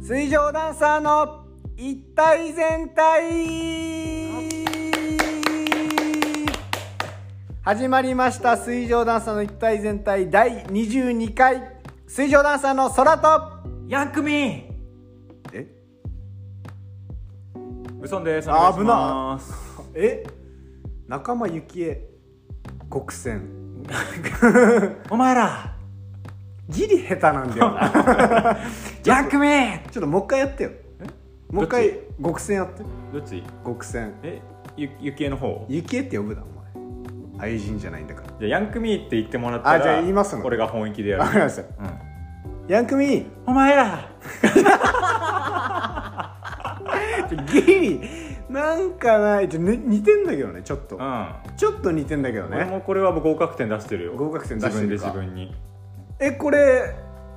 水上ダンサーの一体全体始まりました水上ダンサーの一体全体第22回水上ダンサーの空とヤンクミンえブソンですあーお願いしますえ仲間由紀恵国選お前らギリ下手なんだよ なヤンクミンちょっともう一回やってよもう一回極戦やってどっち極戦えゆゆきえの方由紀恵って呼ぶなお前愛人じゃないんだからじゃあヤンクミーって言ってもらったらあじゃあ言いますの俺が本気でやわかりる、ましたうん、ヤンクミお前らギリなんかないちょに似てんだけどねちょっと、うんちょっと似てんだけどね俺もこれはもう合格点出してるよ合格点出してるか自分で自分にえこれ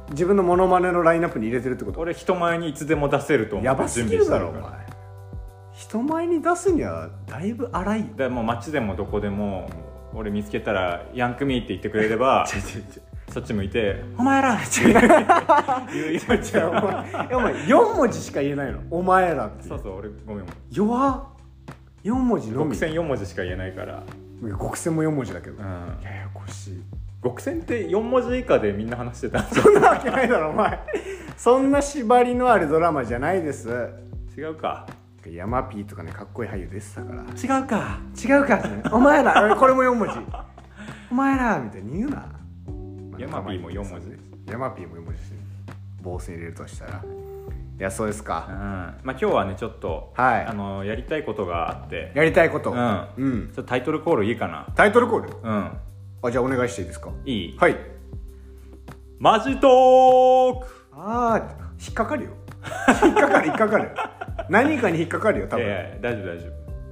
自分のモノマネのラインナップに入れてるってこと俺人前にいつでも出せると思ってやばすぎるだろお準備してるから前人前に出すにはだいぶ荒いだからもう街でもどこでも俺見つけたらヤンクミーって言ってくれ ればそっち向いて「お前ら!」って 言うようにじゃあお前えお前4文字しか言えないのお前らってそうそう俺ごめん弱っ4文字の極み戦4文字しか言えないから、極戦も4文字だけど、うやん、やこしい極戦って4文字以下でみんな話してたそんなわけないだろお前そんな縛りのあるドラマじゃないです違 うかヤマピーとかねかっこいい俳優でしたから違うか違うからねお前 らこれも4文字お前らみたいに言うな、ヤマピーも四文字ですヤマピーも4文字ですね防線入れるとしたらいやそうですうんか、まあ今日はねちょっと、はいあのやりたいことがあってやりたいことうんうんちょっとタイトルコールいいかなタイトルコールうんあじゃあお願いしていいですかいい、はいマジトークあー引っかかるよ引っかかる引っかか る何かに引っかかるよ多い分、やいや大丈夫大丈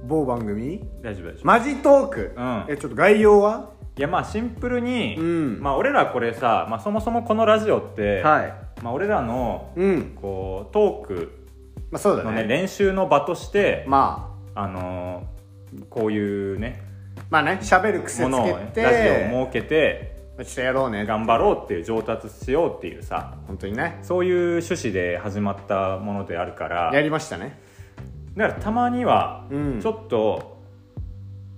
某番組夫大丈夫大丈夫マジトーク、うんえちょっと概要はいやまあシンプルに、うんまあ俺らこれさ、まあ、そもそもこのラジオって、いまあ、俺らのうんこうトークまあそうだの、ねね練習の場として、まあのーこういうねあまあね喋る癖つけもてのをねラジオを設けてちょっとやろうね頑張ろうっていう上達しようっていうさ本当にねそういう趣旨で始まったものであるからやりましたねだからたまにはうんちょっと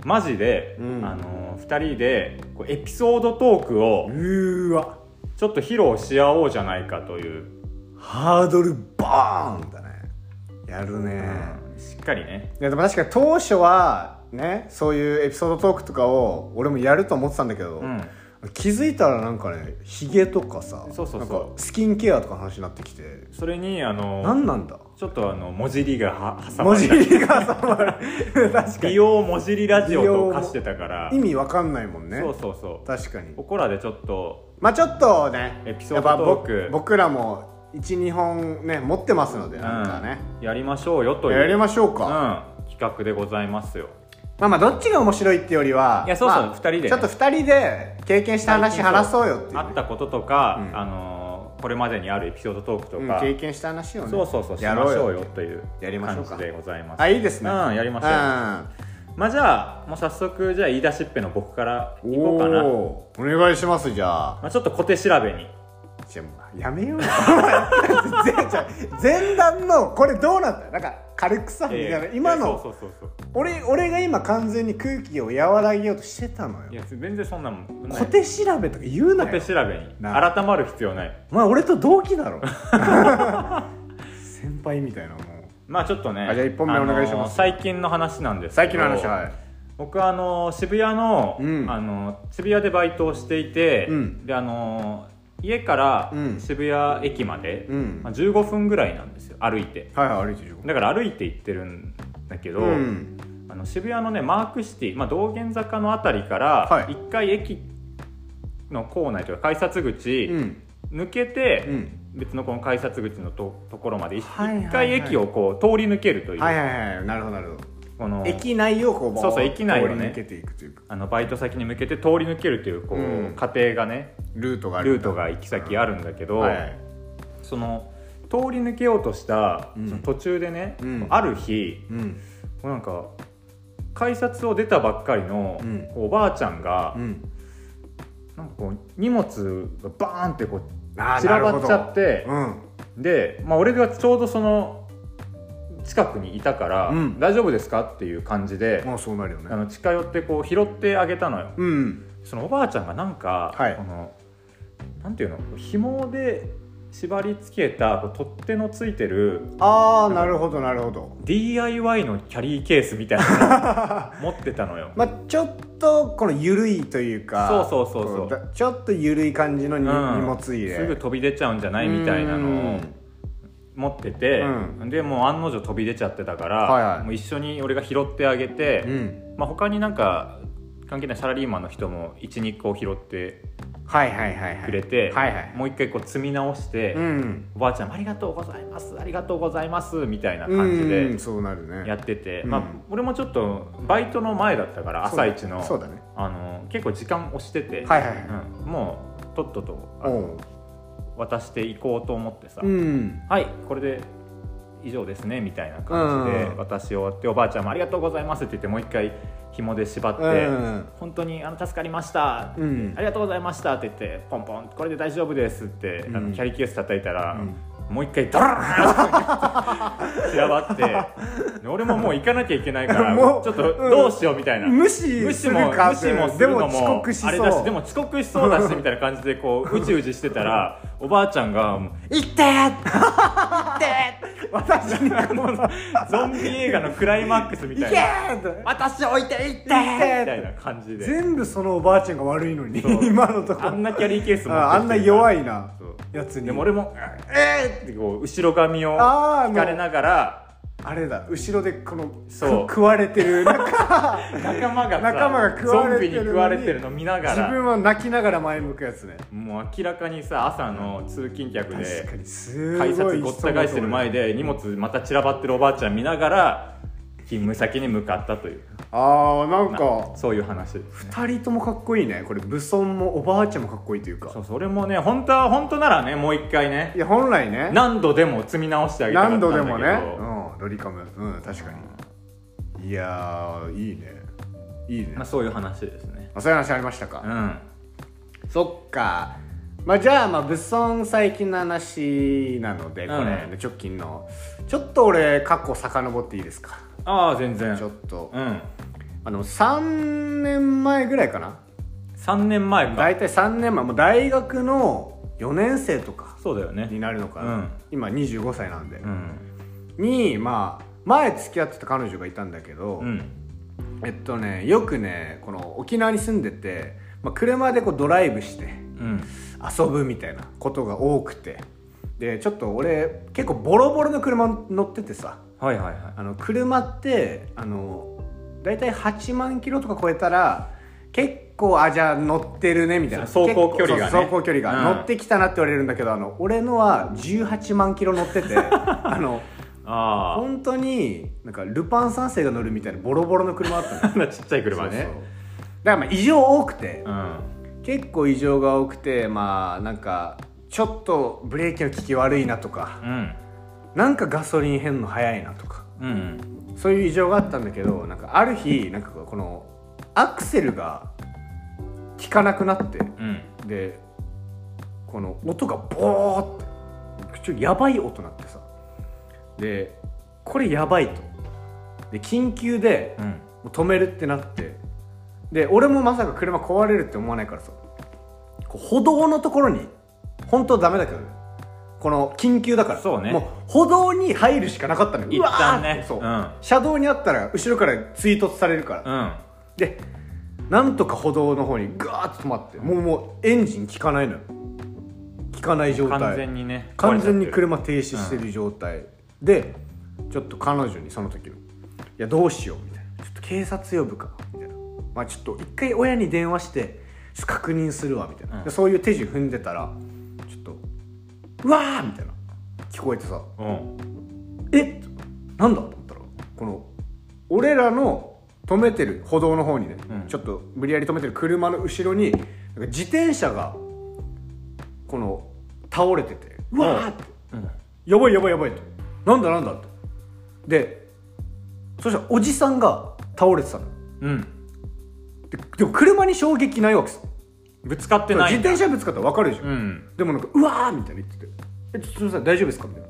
マジで、うんあのー、2人でこうエピソードトークを、うーわちょっと披露し合おうじゃないかという、ハードルバーンだねやるね、しっかりねいやでも確かに当初はねそういうエピソードトークとかを俺もやると思ってたんだけど、うん気づいたらなんかねヒゲとかさそうそうそうなんかスキンケアとかの話になってきてそれにあの何なんだちょっとあの文字りがは挟ま文れ字たが挟ま る確か美に容文字りラジオと化してたから意味わかんないもんねそうそうそう確かにここらでちょっとまあちょっとねエピソードトークやっぱぼ僕らも12本ね持ってますのでなんかね、うんやりましょうよというやりましょううか、ん企画でございますよまあまあどっちが面白いってよりはいやそうそうまあ二人でねちょっと2人で経験した話話そうよっていう、ね、あったこととか、うんあのこれまでにあるエピソードトークとうんか、経験した話をねそうそうそうしやまろうしよょうよというやりましょうか感じでございますあいいですねうんやりましょうまあじゃあもう早速じゃあ言い出しっぺの僕からいうんこうかなおーお願いしますじゃあまあ、ちょっと小手調べにじゃあやめよ うよ前じゃあ前段のこれどうなんだよなんか軽くさみたいな、今いやのそうそうそうそ俺俺が今完全に空気を和らげようとしてたのういよや全然そんなもん小手調べとか言うな小手よ調べになあ改まる必要ないまあ俺と同期だろ 先輩みたいなもうまあちょっとねあじゃあ一本目お願いしますあのー最近の話なんですけ最ど近の話はい僕はあのー渋谷の,、うんあのー渋谷でバイトをしていて、うんであのー家からうん渋谷駅まで、うんまあ、15分ぐらいなんですよ歩いてはいはい歩いて15分だから歩いて行ってるんだけど、うんあの渋谷のねマークシティ、まあ、道玄坂の辺りからはい一回駅の構内というか改札口、うん抜けて、うん別のこの改札口のとところまで一、はいはいはい一回駅をこう通り抜けるという、はいはいはいなるほどなるほどこの駅内をこうそうそう駅内をね通り抜けていくというかあのバイト先に向けて通り抜けるというこう、うん過程がねルートがあるルートが行き先あるんだけど、はいはいその通り抜けようとした、うんその途中でね、うんある日うんこうなんか改札を出たばっかりの、うんこうおばあちゃんが、うんなんかこう荷物がバーンってこうあー散らばっちゃなるほってどうんで、まあ、俺がちょうどその近くにいたから、うん大丈夫ですかっていう感じで、まあそうなるよあねの近寄ってこう拾ってあげたのよ、うんそのおばあちゃんがなんか、はいこのなんていうの紐で縛り付けたこう取っ手のついてるああなるほどなるほど DIY のキャリーケースみたいな の持ってたのよまあちょっとこの緩いというかそうそうそうそうこだちょっと緩い感じのに、うん荷物入れすぐ飛び出ちゃうんじゃないみたいなのをうん持ってて、うでもう案の定飛び出ちゃってたから、はいはいもう一緒に俺が拾ってあげて、うんまあ、他になんか関係ないサラリーマンの人も12個拾ってはいはいはいはいくれて、はいはいもう一回こう積み直して、うんおばあちゃんもありがとうございますありがとうございますみたいなう感じんでそうなるねやってて、うんまあ、俺もちょっとバイトの前だったから朝一のそうだねあの結構時間押してて、はいはいはいうんもうとっととあおのう渡していこうと思ってさ、うんはいこれで以上ですねみたいな感じうでん渡し終わっておばあちゃんもありがとうございますって言ってもう一回紐で縛って、うん本当にあの助かりました、うんありがとうございましたって言ってポンポンこれで大丈夫ですって、あうんのキャリーケース叩いたら、うんもう一回ドラーンって散らばってで俺ももう行かなきゃいけないからもうちょっとどうしようみたいな、無視無す視るもか無視もすでるものも遅刻しそうあれだしでも遅刻しそうだしみたいな感じでこううちうちしてたらおばあちゃんがもう「行って!」私にあのゾンビ映画のクライマックスみ行たいけなーと「私置いて行って!」みたいな感じで全部そのおばあちゃんが悪いのにそう今のとこあんなキャリーケースもああんな弱いいなやつにでも俺も「えー!」ってこう後ろ髪をあー引かれながらあれだ後ろでこのくそう食われて るなんか仲間がさ仲間が食われてるのにゾンビに食われてるの見なが自ら分は泣きながら前向くやつねもう明らかにさ朝の通勤客で確かにすごい改札ごった返してる前で荷物また散らばってるおばあちゃん見ながら勤務先に向かったというああなんかそういう話ですね二人ともかっこいいねこれ武装もおばあちゃんもかっこいいというかそうそれもね本当は本当ならねもう一回ねいや本来ね何度でも積み直してあげたかっ何たんだ度けでどもね、うん、ドリカムうん確かにいやーいいねいいねまあ、そういう話ですねあそういう話ありましたか、うんそっかまあじゃあまあ物損最近の話なのでこれ、うん直近のちょっと俺過去遡っていいですか、ああ全然ちょっと、うんあの3年前ぐらいかな3年前か大体3年前もう大学の4年生とかそうだよねになるのかな、うん今25歳なんで、うんにまあ前付き合ってた彼女がいたんだけど、うんえっとねよくねこの沖縄に住んでて、まあ、車でこうドライブしてうん遊ぶみたいなことが多くてでちょっと俺結構ボロボロの車乗っててさはいはいはいあの車ってあの大体8万キロとか超えたら結構あじゃあ乗ってるねみたいなそう走行距離が結ね構そう走行距離が、うん乗ってきたなって言われるんだけどあの俺のは18万キロ乗 っててあのあ本当になんかルパン三世が乗るみたいなボロボロの車あったのああんな ちっちゃい車そうねそうだからまあ異常多くて、うん結構異常が多くてまあなんかちょっとブレーキの効き悪いなとかうんなんかガソリン変の早いなとかうんそういう異常があったんだけどなんかある日なんかこのアクセルが効かなくなってうんでこの音がボーってちょっとやばい音なってさでこれやばいとで緊急でうんもう止めるってなってで俺もまさか車壊れるって思わないからさこう歩道のところに本当はダメだけどねこの緊急だからそうねもう歩道に入るしかなかったのよ一旦ねうわーってそう、うん車道にあったら後ろから追突されるから、うんでなんとか歩道の方にガーッと止まってもうもうエンジン効かないのよ効かない状態完全にね完全に車停止してる状態、でちょっと彼女にその時の「いやどうしよう」みたいな「ちょっと警察呼ぶか」みたいな「まあちょっと一回親に電話してちょっと確認するわ」みたいな、うんでそういう手順踏んでたらちょっと「うわー!」みたいな聞こえてさうん「えなんだ?」と思ったらこの俺らの止めてる歩道の方にね、うんちょっと無理やり止めてる車の後ろになんか自転車がこの倒れてて「うわー!」って。うんやばいやばいやばいとなんだなんだとでそしたらおじさんが倒れてたのうんででも車に衝撃ないわけさぶつかって自ないんだ転車ぶつかったら分かるでしょ、うんでもなんか「うわー!」みたいな言ってて「え筒井さん大丈夫ですか?」みたいな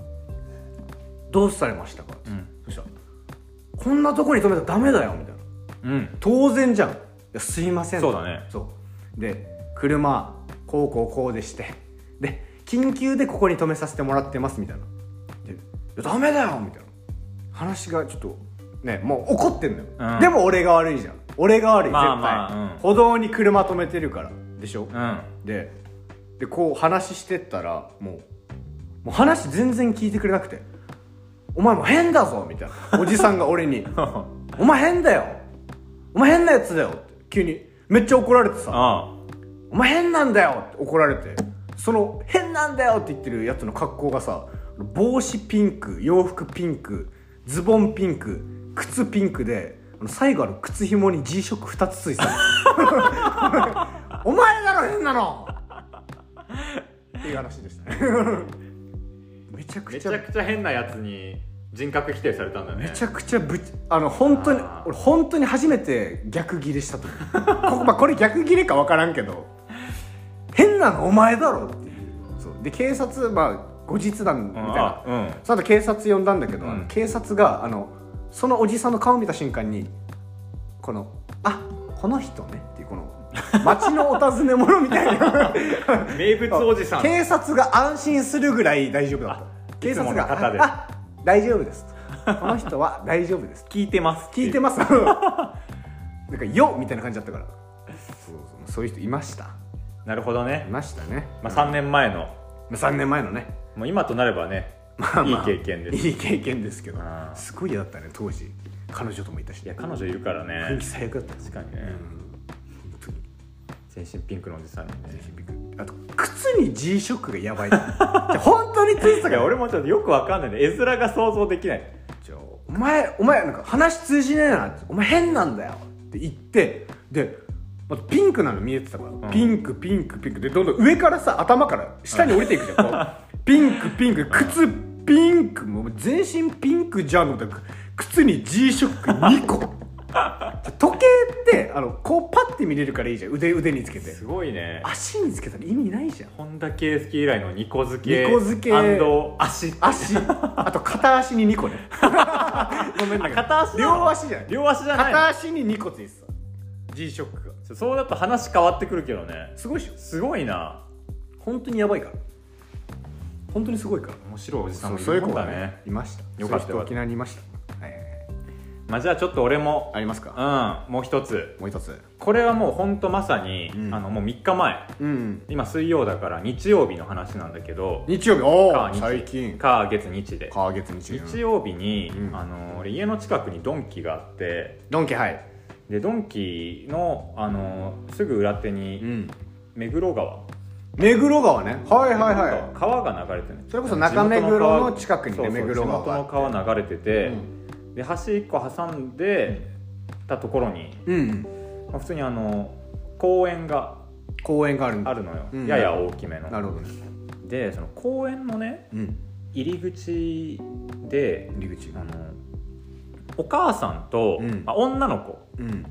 「どうされましたか?」うんそしたら「こんなとこに止めたらダメだよ」みたいなうん当然じゃんいやすいませんそうだねそうで車こうこうこうでしてで緊急でここに止めさせてもらってますみたいなでいやダメだよみたいな話がちょっとねもう怒ってんのよ、うんでも俺が悪いじゃん俺が悪い絶対、まあまあうん歩道に車止めてるからでしょ、うんででこう話してったらもうもう話全然聞いてくれなくて「お前もう変だぞ」みたいなおじさんが俺にあ「お前変だよお前変なやつだよ」って急にめっちゃ怒られてさあ「お前変なんだよ」って怒られてその「変なんだよ」って言ってるやつの格好がさ帽子ピンク洋服ピンクズボンピンク靴ピンクであの最後あの靴ひもに G ショック2つついて たのお前だろ変なのっていう話でしたね めちゃくめちちゃゃくちゃ変なやつに人格否定されたんだねめちゃくちゃぶちあの本当にあー俺本当に初めて逆ギレしたと思うこ こ,、まあ、これ逆ギレか分からんけど変なのお前だろっていうそうで警察まあ後日談みたいな、うんあうんその後警察呼んだんだけど、うんあの警察があのそのおじさんの顔を見た瞬間にこの「あこの人ね」っていうこの町のお尋ね者みたいな名物おじさん警察が安心するぐらい大丈夫だった警察いつもの方でが「あ大丈夫です」この人は大丈夫です聞いてます聞いてま ますなんか「よ」みたいな感じだったからそうそうそういう人いましたすなるほどいね、ましたね、まあ、3年前の3年前のね、もう今となればね、まあまあいい経験ですいい経験ですけどあーすごい嫌だったね当時彼女ともいたしいや彼女いるから雰囲ね気最悪だったんです確かにね、全身ピンクのおじさんにねあと靴に G ショックがやば いじゃあ本当についてたいかやら俺もちょっとよくわかんないね絵面が想像できないじゃあお前お前なんか話通じねえなお前変なんだよって言ってでまずピンクなの見えてたから、んピンクピンクピンクでどんどん上からさ頭から下に降りていくじゃん、こう ピンクピンク靴ピンクもう全身ピンクじゃんと思ったら靴に G ショック2個 時計ってあのこうパッて見れるからいいじゃん腕腕につけてすごいね足につけたら意味ないじゃん本田圭佑以来の2個付け二個付け and 足足あと片足に2個ね ごめんなさいあ片足なの両足じゃない両足じゃないの片足に2個ついてた G ショックがちょそうだと話変わってくるけどねすごいっしょすごいな本当にやばいから本当にすごいから面白いおじさんそもういそういるうも子んだがねねいましたよかったそういう人沖縄にいましたはいはいはいまあじゃあちょっと俺もありますうかんもう一つもう一つこれはもうほんとまさに、うんあのもう3日前うん今水曜だから日曜日の話なんだけど日曜日おかお日最近か月日でか月日曜日曜日に、うんあの俺家の近くにドンキがあってドンキはいでドンキのあのすぐ裏手うにん目黒川、目黒川ねはいはいはい川が流れてるそれこそ中目黒の近くにねそうそう目黒川地元の川流れてて、で橋1個挟んでたところに、うんまあ普通にあの公園が公園があるんあだるのよ、うんやや大きめなのるほどねでその公園のねうん入り口で入り口あのお母さんと、うんまあ、女の子うん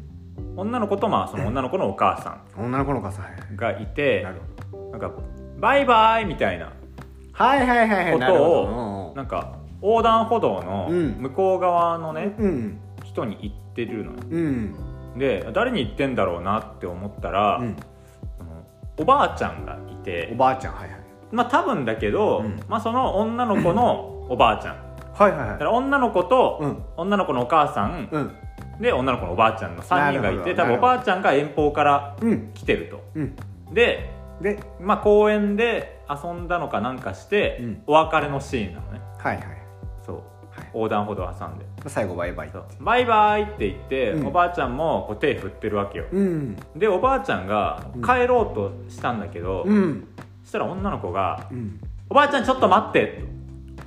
女の子とまあその女の子のお母さ女の子の傘はいはいんがいてなるほどなんかバイバイみたいなはいはいはいはいなるほどうんうんなんか横断歩道のうん向こう側のね、うん人に行ってるのようんで誰に行ってんだろうなって思ったら、うんあのおばあちゃんがいおてばあちゃんはいはいまあ多分だけど、うんまあ、その女の 子のおばあちゃんはいはいだから女の子と、うん女の子のお母さん、うんで女の子のおばあちゃんの3人がいてな多るほど分おばあちゃんが遠方からうん来てるとうんででまあ公園で遊んだのかなんかして、うんお別れのシーンなのねはいはい、はい、そう横断歩道挟んで最後バイバイそうバイバイって言って、うんおばあちゃんもこう手振ってるわけよ、うんでおばあちゃんがうん帰ろうとしたんだけど、うんそしたら女の子がうん「おばあちゃんちょっと待って」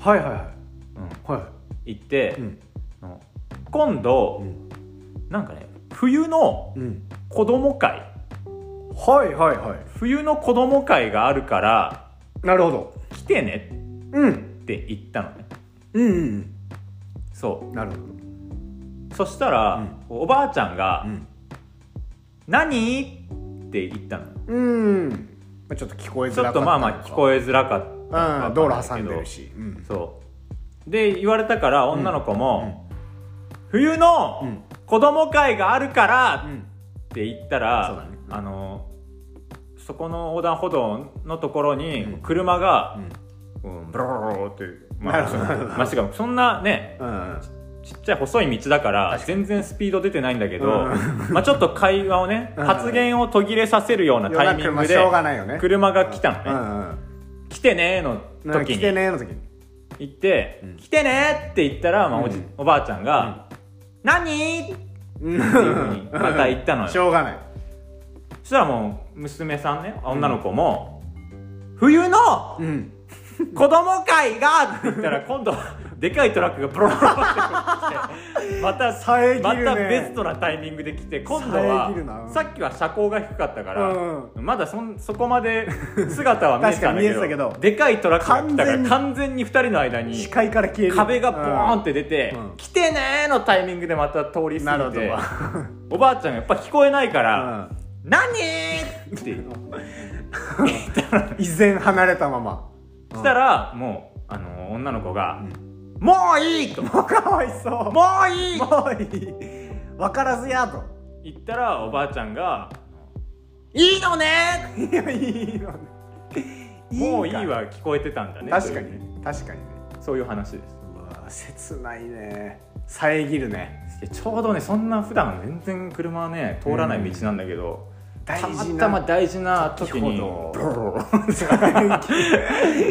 はいはいはいと、うんは言ってい、んあの今度、んなんかね冬のうん子供会はいはいは冬の子供会があるからいなるほど来てねうんって言ったのねうんうんそなるほどうそしたら、おばあちゃんがん「何?」って言ったのうん、まあ、ちょっと聞こえちづょらかったっとのまかあまあ聞こえづらかっかうん道路挟んでるし、うんそうで言われたから女の子も、冬うのん子供会があるからうんって言ったら、そうだねうんあのそこの横断歩道のところにうん車が、うんうんブロロロロって、まなあるほどなるほど、まあしかもそんなねうんちっちゃい細い道だから全然スピード出てないんだけど、うまあちょっと会話をね、うん発言を途切れさせるようなタイミングしでょうがないよね車が来たのね、うん来てねーのうん時来にてねの時に行って、うん来てねって言ったら、まあおじうんおばあちゃんが、何っていうふうにまた言ったのよ。しそょうがないしたらもう、娘さんね、女の子も、冬のうん子供会がって言ったら、今度、でかいトラックがブロロロって来て、また、遮るねまたベストなタイミングで来て、今度遮るなは、さっきは車高が低かったから、まだそんそこまで姿は見えて確かたんだに見えてたけけどどでかいトラックが来たか完ら全に完全に2人の間に視界から消える壁がボーンって出てうん「来てね」のタイミングでまた通りうんなる過ほぎどておばあちゃんがやっぱ聞こえないからうん「何?」って 依然離れたまましたらもうあの女の子がうん「もういい!」と「ももうかわいそうういうい!」いい分からずやと言ったらおばあちゃんが「いいのね!いやいいよね」もういいんは聞こえてたんだね確かというねに確かにねそういう話ですうわ切ないね遮るねでちょうどねそんな普段全然車はね通らない道なんだけど、大たま事たまな大事な時に時ほどブルルル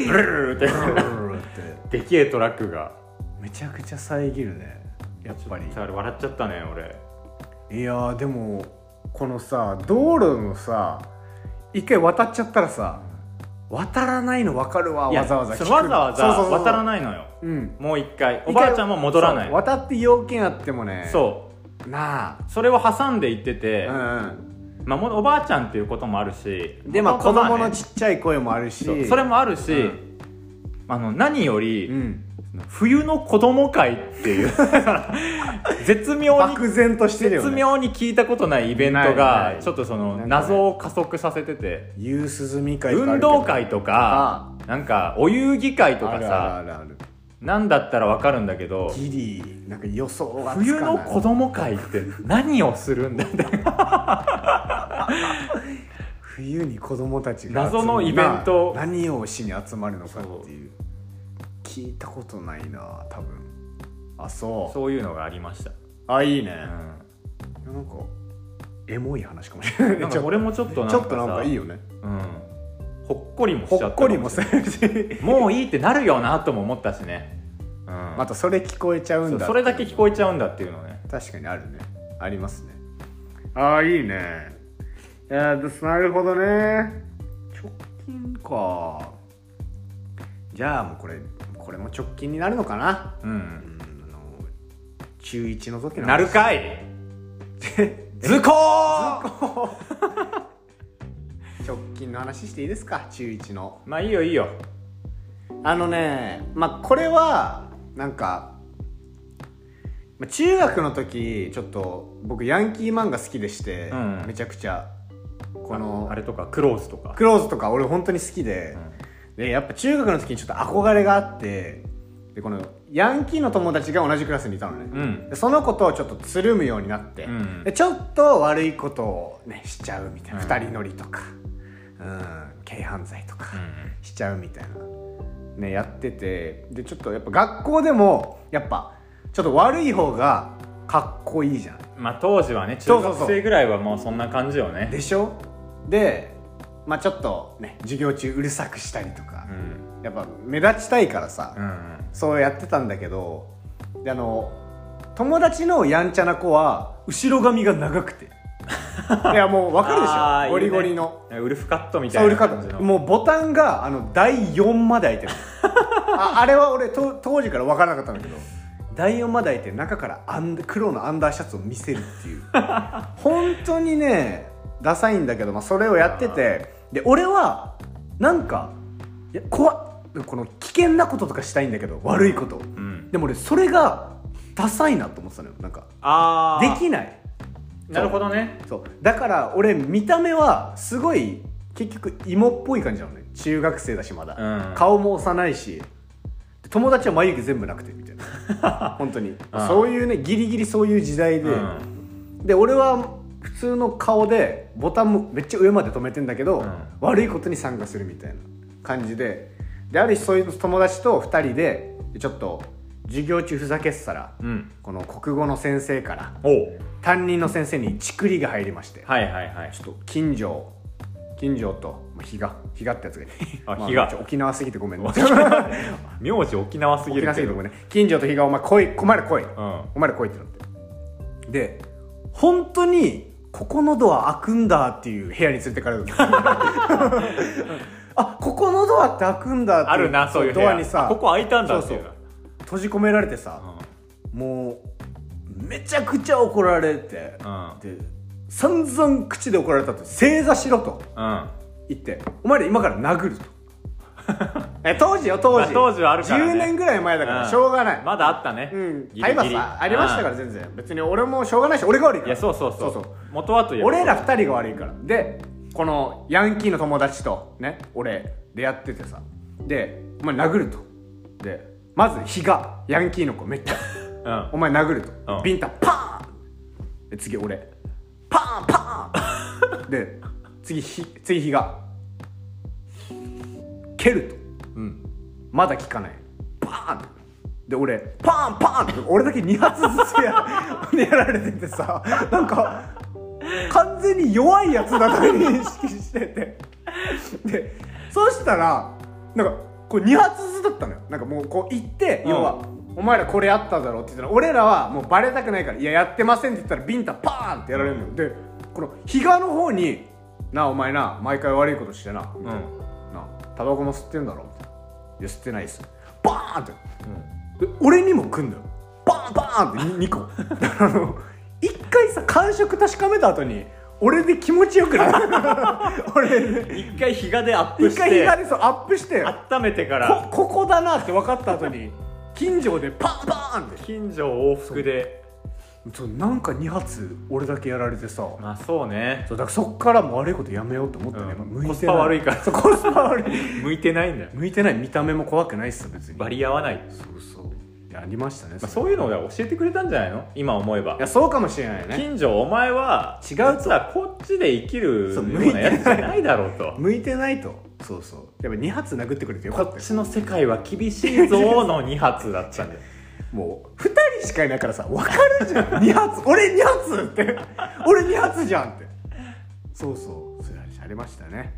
ブルルルっっててでけえトラックが めちゃくちゃ遮るねやっぱりさあ笑っちゃったね俺いやーでもこのさ道路のさ一回渡っちゃったらさ渡らないの分かるわいやわざわざそのわざわざ渡らいないのようんもう一回おばあちゃんも戻らなそいう渡って要件あってもねそうなうそれを挟んでいってて、あうんまあ、もおばあちゃんっていうこともあるしうんでまあ子供のねちっちゃい声もあるしそうそれもあるし、うんあの何より、うん冬の子供会っていう 絶妙に漠然としてるよ絶ね妙に聞いたことないイベントないがないちょっとそなのんかね謎を加速させてて夕涼み会とかある運けど動会とかなんかお遊戯会とあかるあさるあるあるなんだったらわかるんだけどギリなんか予想がつかない冬の子供会って何をするんだ みたいな冬に子供たちが謎のイベントな何をしに集まるのかっていう聞いたことないな多分あそうそういうのがありました、あいいねう、いやなんかエモい話かもしれないん、なんちかょ俺もちょっとなんちかょさっとなんかいいよねうん、ほっこりもしちほゃっったこりもしするしもういいってなるよなとも思ったしね、うん、またそれ聞こえちゃうんそうだそれだけ聞こえちゃうんだっていうのね確かにあるねありますねああいいねいやーなるほどね直近かじゃあもうこれこれも直近になるのかなうんうんあの中1の時のなる かい図工直近の話していいですか中1のまあいいよいいよあのねまあこれはなんかまあ中学の時ちょっと僕ヤンキー漫画好きでして、うんめちゃくちゃこのあれとかクローズとかクローズとか俺本当に好きで、うでやっぱ中学の時にちょっと憧れがあってでこのヤンキーの友達が同じクラスにいたのね、んでその子とちょっとつるむようになって、うんでちょっと悪いことをねしちゃうみたいな、うん二人乗りとか、うん、軽犯罪とか、しちゃうみたいなねやっててでちょっとやっぱ学校でもやっぱちょっと悪い方がかっこいいじゃんまあ当時はねそ中うそうそう学生ぐらいはもうそんな感じよねでしょでまあちょっとね授業中うるさくしたりとかう、んやっぱ目立ちたいからさ、うんそうやってたんだけどであの友達のやんちゃな子は後ろ髪が長 くていやもうわかるでしあーいょいねゴリゴリのウルフカットみたサウいルなカ感じーのドもうボタンがあの第4まで開いてる ああれは俺と当時から分からなかったんだけど第4まで開いて中からアン黒のアンダーシャツを見せるって いう本当にねダサいんだけど、まあ、それをやっててで俺はなんかいや怖っこの危険なこととかしたいんだけど悪いことうんでも俺それがダサいなと思ってたのよなんかあであきないなるほどねそうだから俺見た目はすごい結局芋っぽい感じなのね中学生だしまだ、うん顔も幼いし友達は眉毛全部なくてみたい な本当に、うんそういうねギリギリそういう時代で、で俺は普通の顔でボタンもめっちゃ上まで止めてんだけど、うん悪いことに参加するみたいな感じでである日そういう友達と2人でちょっと授業中ふざけっさら、うんこの国語の先生からおう担任の先生にチクリが入りまして、はいはいはいちょっと近所近所と、まあ、比嘉比嘉ってやつがいて あま比嘉ちょ沖縄すぎてごめ んね名字沖縄すぎ 沖る縄すけぎてどごめんね近所と比嘉お前来いお前ら来い、うんお前ら来いってなってで本当にここのドア開くんだっていう部屋に連れてかれる あここのドアって開くんだってあるなそういう部ドア屋にさここ開いたんだっそうそていううな閉じ込められてさ、もうめちゃくちゃ怒られて、で散々口で怒られたって正座しろとうんうん言って「お前ら今から殴る」と え当時よ当時、まあ当時はあるからね10年ぐらい前だからんしょうがない、まだあったねうんギリギリ体罰あありましたからう全然別に俺もしょうがないし俺が悪いかんいらやそうそうそうそう元はといえば俺ら2人が悪いからでこのヤンキーの友達とね俺でやっててさでお前殴るとでまず日がヤンキーの子めっちゃうんお前殴るうとんビンタパーンで次俺パーンパーンで次ひ次日が蹴るとうんまだ効かないパーンってで俺パーンパーンって俺だけ2発ずつや やられててさなんか完全に弱いやつだと認識しててでそしたらなんかこう2発ずつだったのよなんかもうこう行って、うん要は「お前らこれやっただろ」って言ったら俺らはもうバレたくないから「いややってません」って言ったらビンタパーンってやられるのよでこの比嘉の方に「なあお前な毎回悪いことしてな」みたいなうんなあタバコも吸ってんだろみたいな「いや吸ってないっす」バーンってで俺にも来んだよバーンバーンって2個あの一回さ感触確かめた後に俺で気持ちよ くない俺で一回日がでアップ一して回左そうアップして温めてからこここだなって分かった後に近所でパーンバーンって近所往復でそうなんか2発俺だけやられてさまあそうねそうだからそっからもう悪いことやめようと思ったね、うんまあ向いてないコスパ悪いからそうコスパ悪い向いてないんだよ向いてない見た目も怖くないっす別に割り合わない、まそうそういやありましたね、あ、それそういうのを教えてくれたんじゃないの今思えばいやそうかもしれないね近所お前は違うと実はこっちで生きるよそうう向いてなないやつじゃないだろうと向いてないとそうそうやっぱ2発殴ってくれてよかこったっよちの世界は厳しいぞの2発だったんでもう2人しかいないからさ分かるじゃん2 発俺2発って俺2発じゃんってそうそうそうありましたね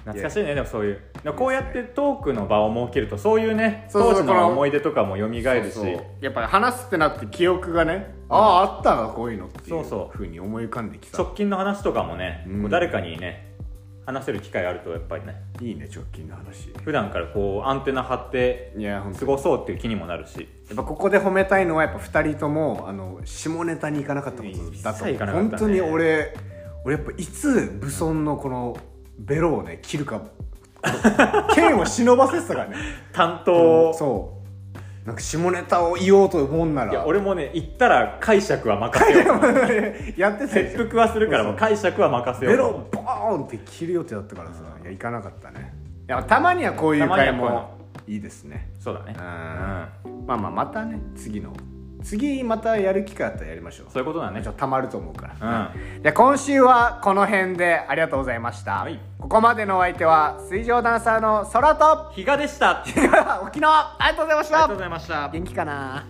懐かしいねでもそういうでもこうやってトークの場を設けるとそういうねそうそう当時このの思い出とかも蘇るしそうそうやっぱり話すってなって記憶がねあああったなこういうのっていそううそうふうに思い浮かんできた直近の話とかもね、うんこう誰かにね話せる機会あるとやっぱりねいいね直近の話普段からこうアンテナ張っていや本当過ごそうっていう気にもなるしやっぱここで褒めたいのはやっぱ2人ともあの下ネタに行かなかったことだ一と切行かなかったね本当に俺俺やっぱいつ武尊のこのベロをね切るかこの剣を忍ばせてたから ね担当そうなんか下ネタを言おうと思うんないやら俺もね行ったら解釈は任せようやってた切よ腹はするからもう解釈は任せようベロボーンって切る予定だったからさいや行かなかったねいやたまにはこういうたまに会はこういうのもいいですねそうだねううんん、まあまあまたね次の次またやる機会あったらやりましょうそういうことだねちょっとたまると思うから、うんじゃあ今週はこの辺でありがとうございました、はいここまでのお相手は水上ダンサーの空と比嘉でしたあり沖縄ありがとうございましがとうたございました元気かな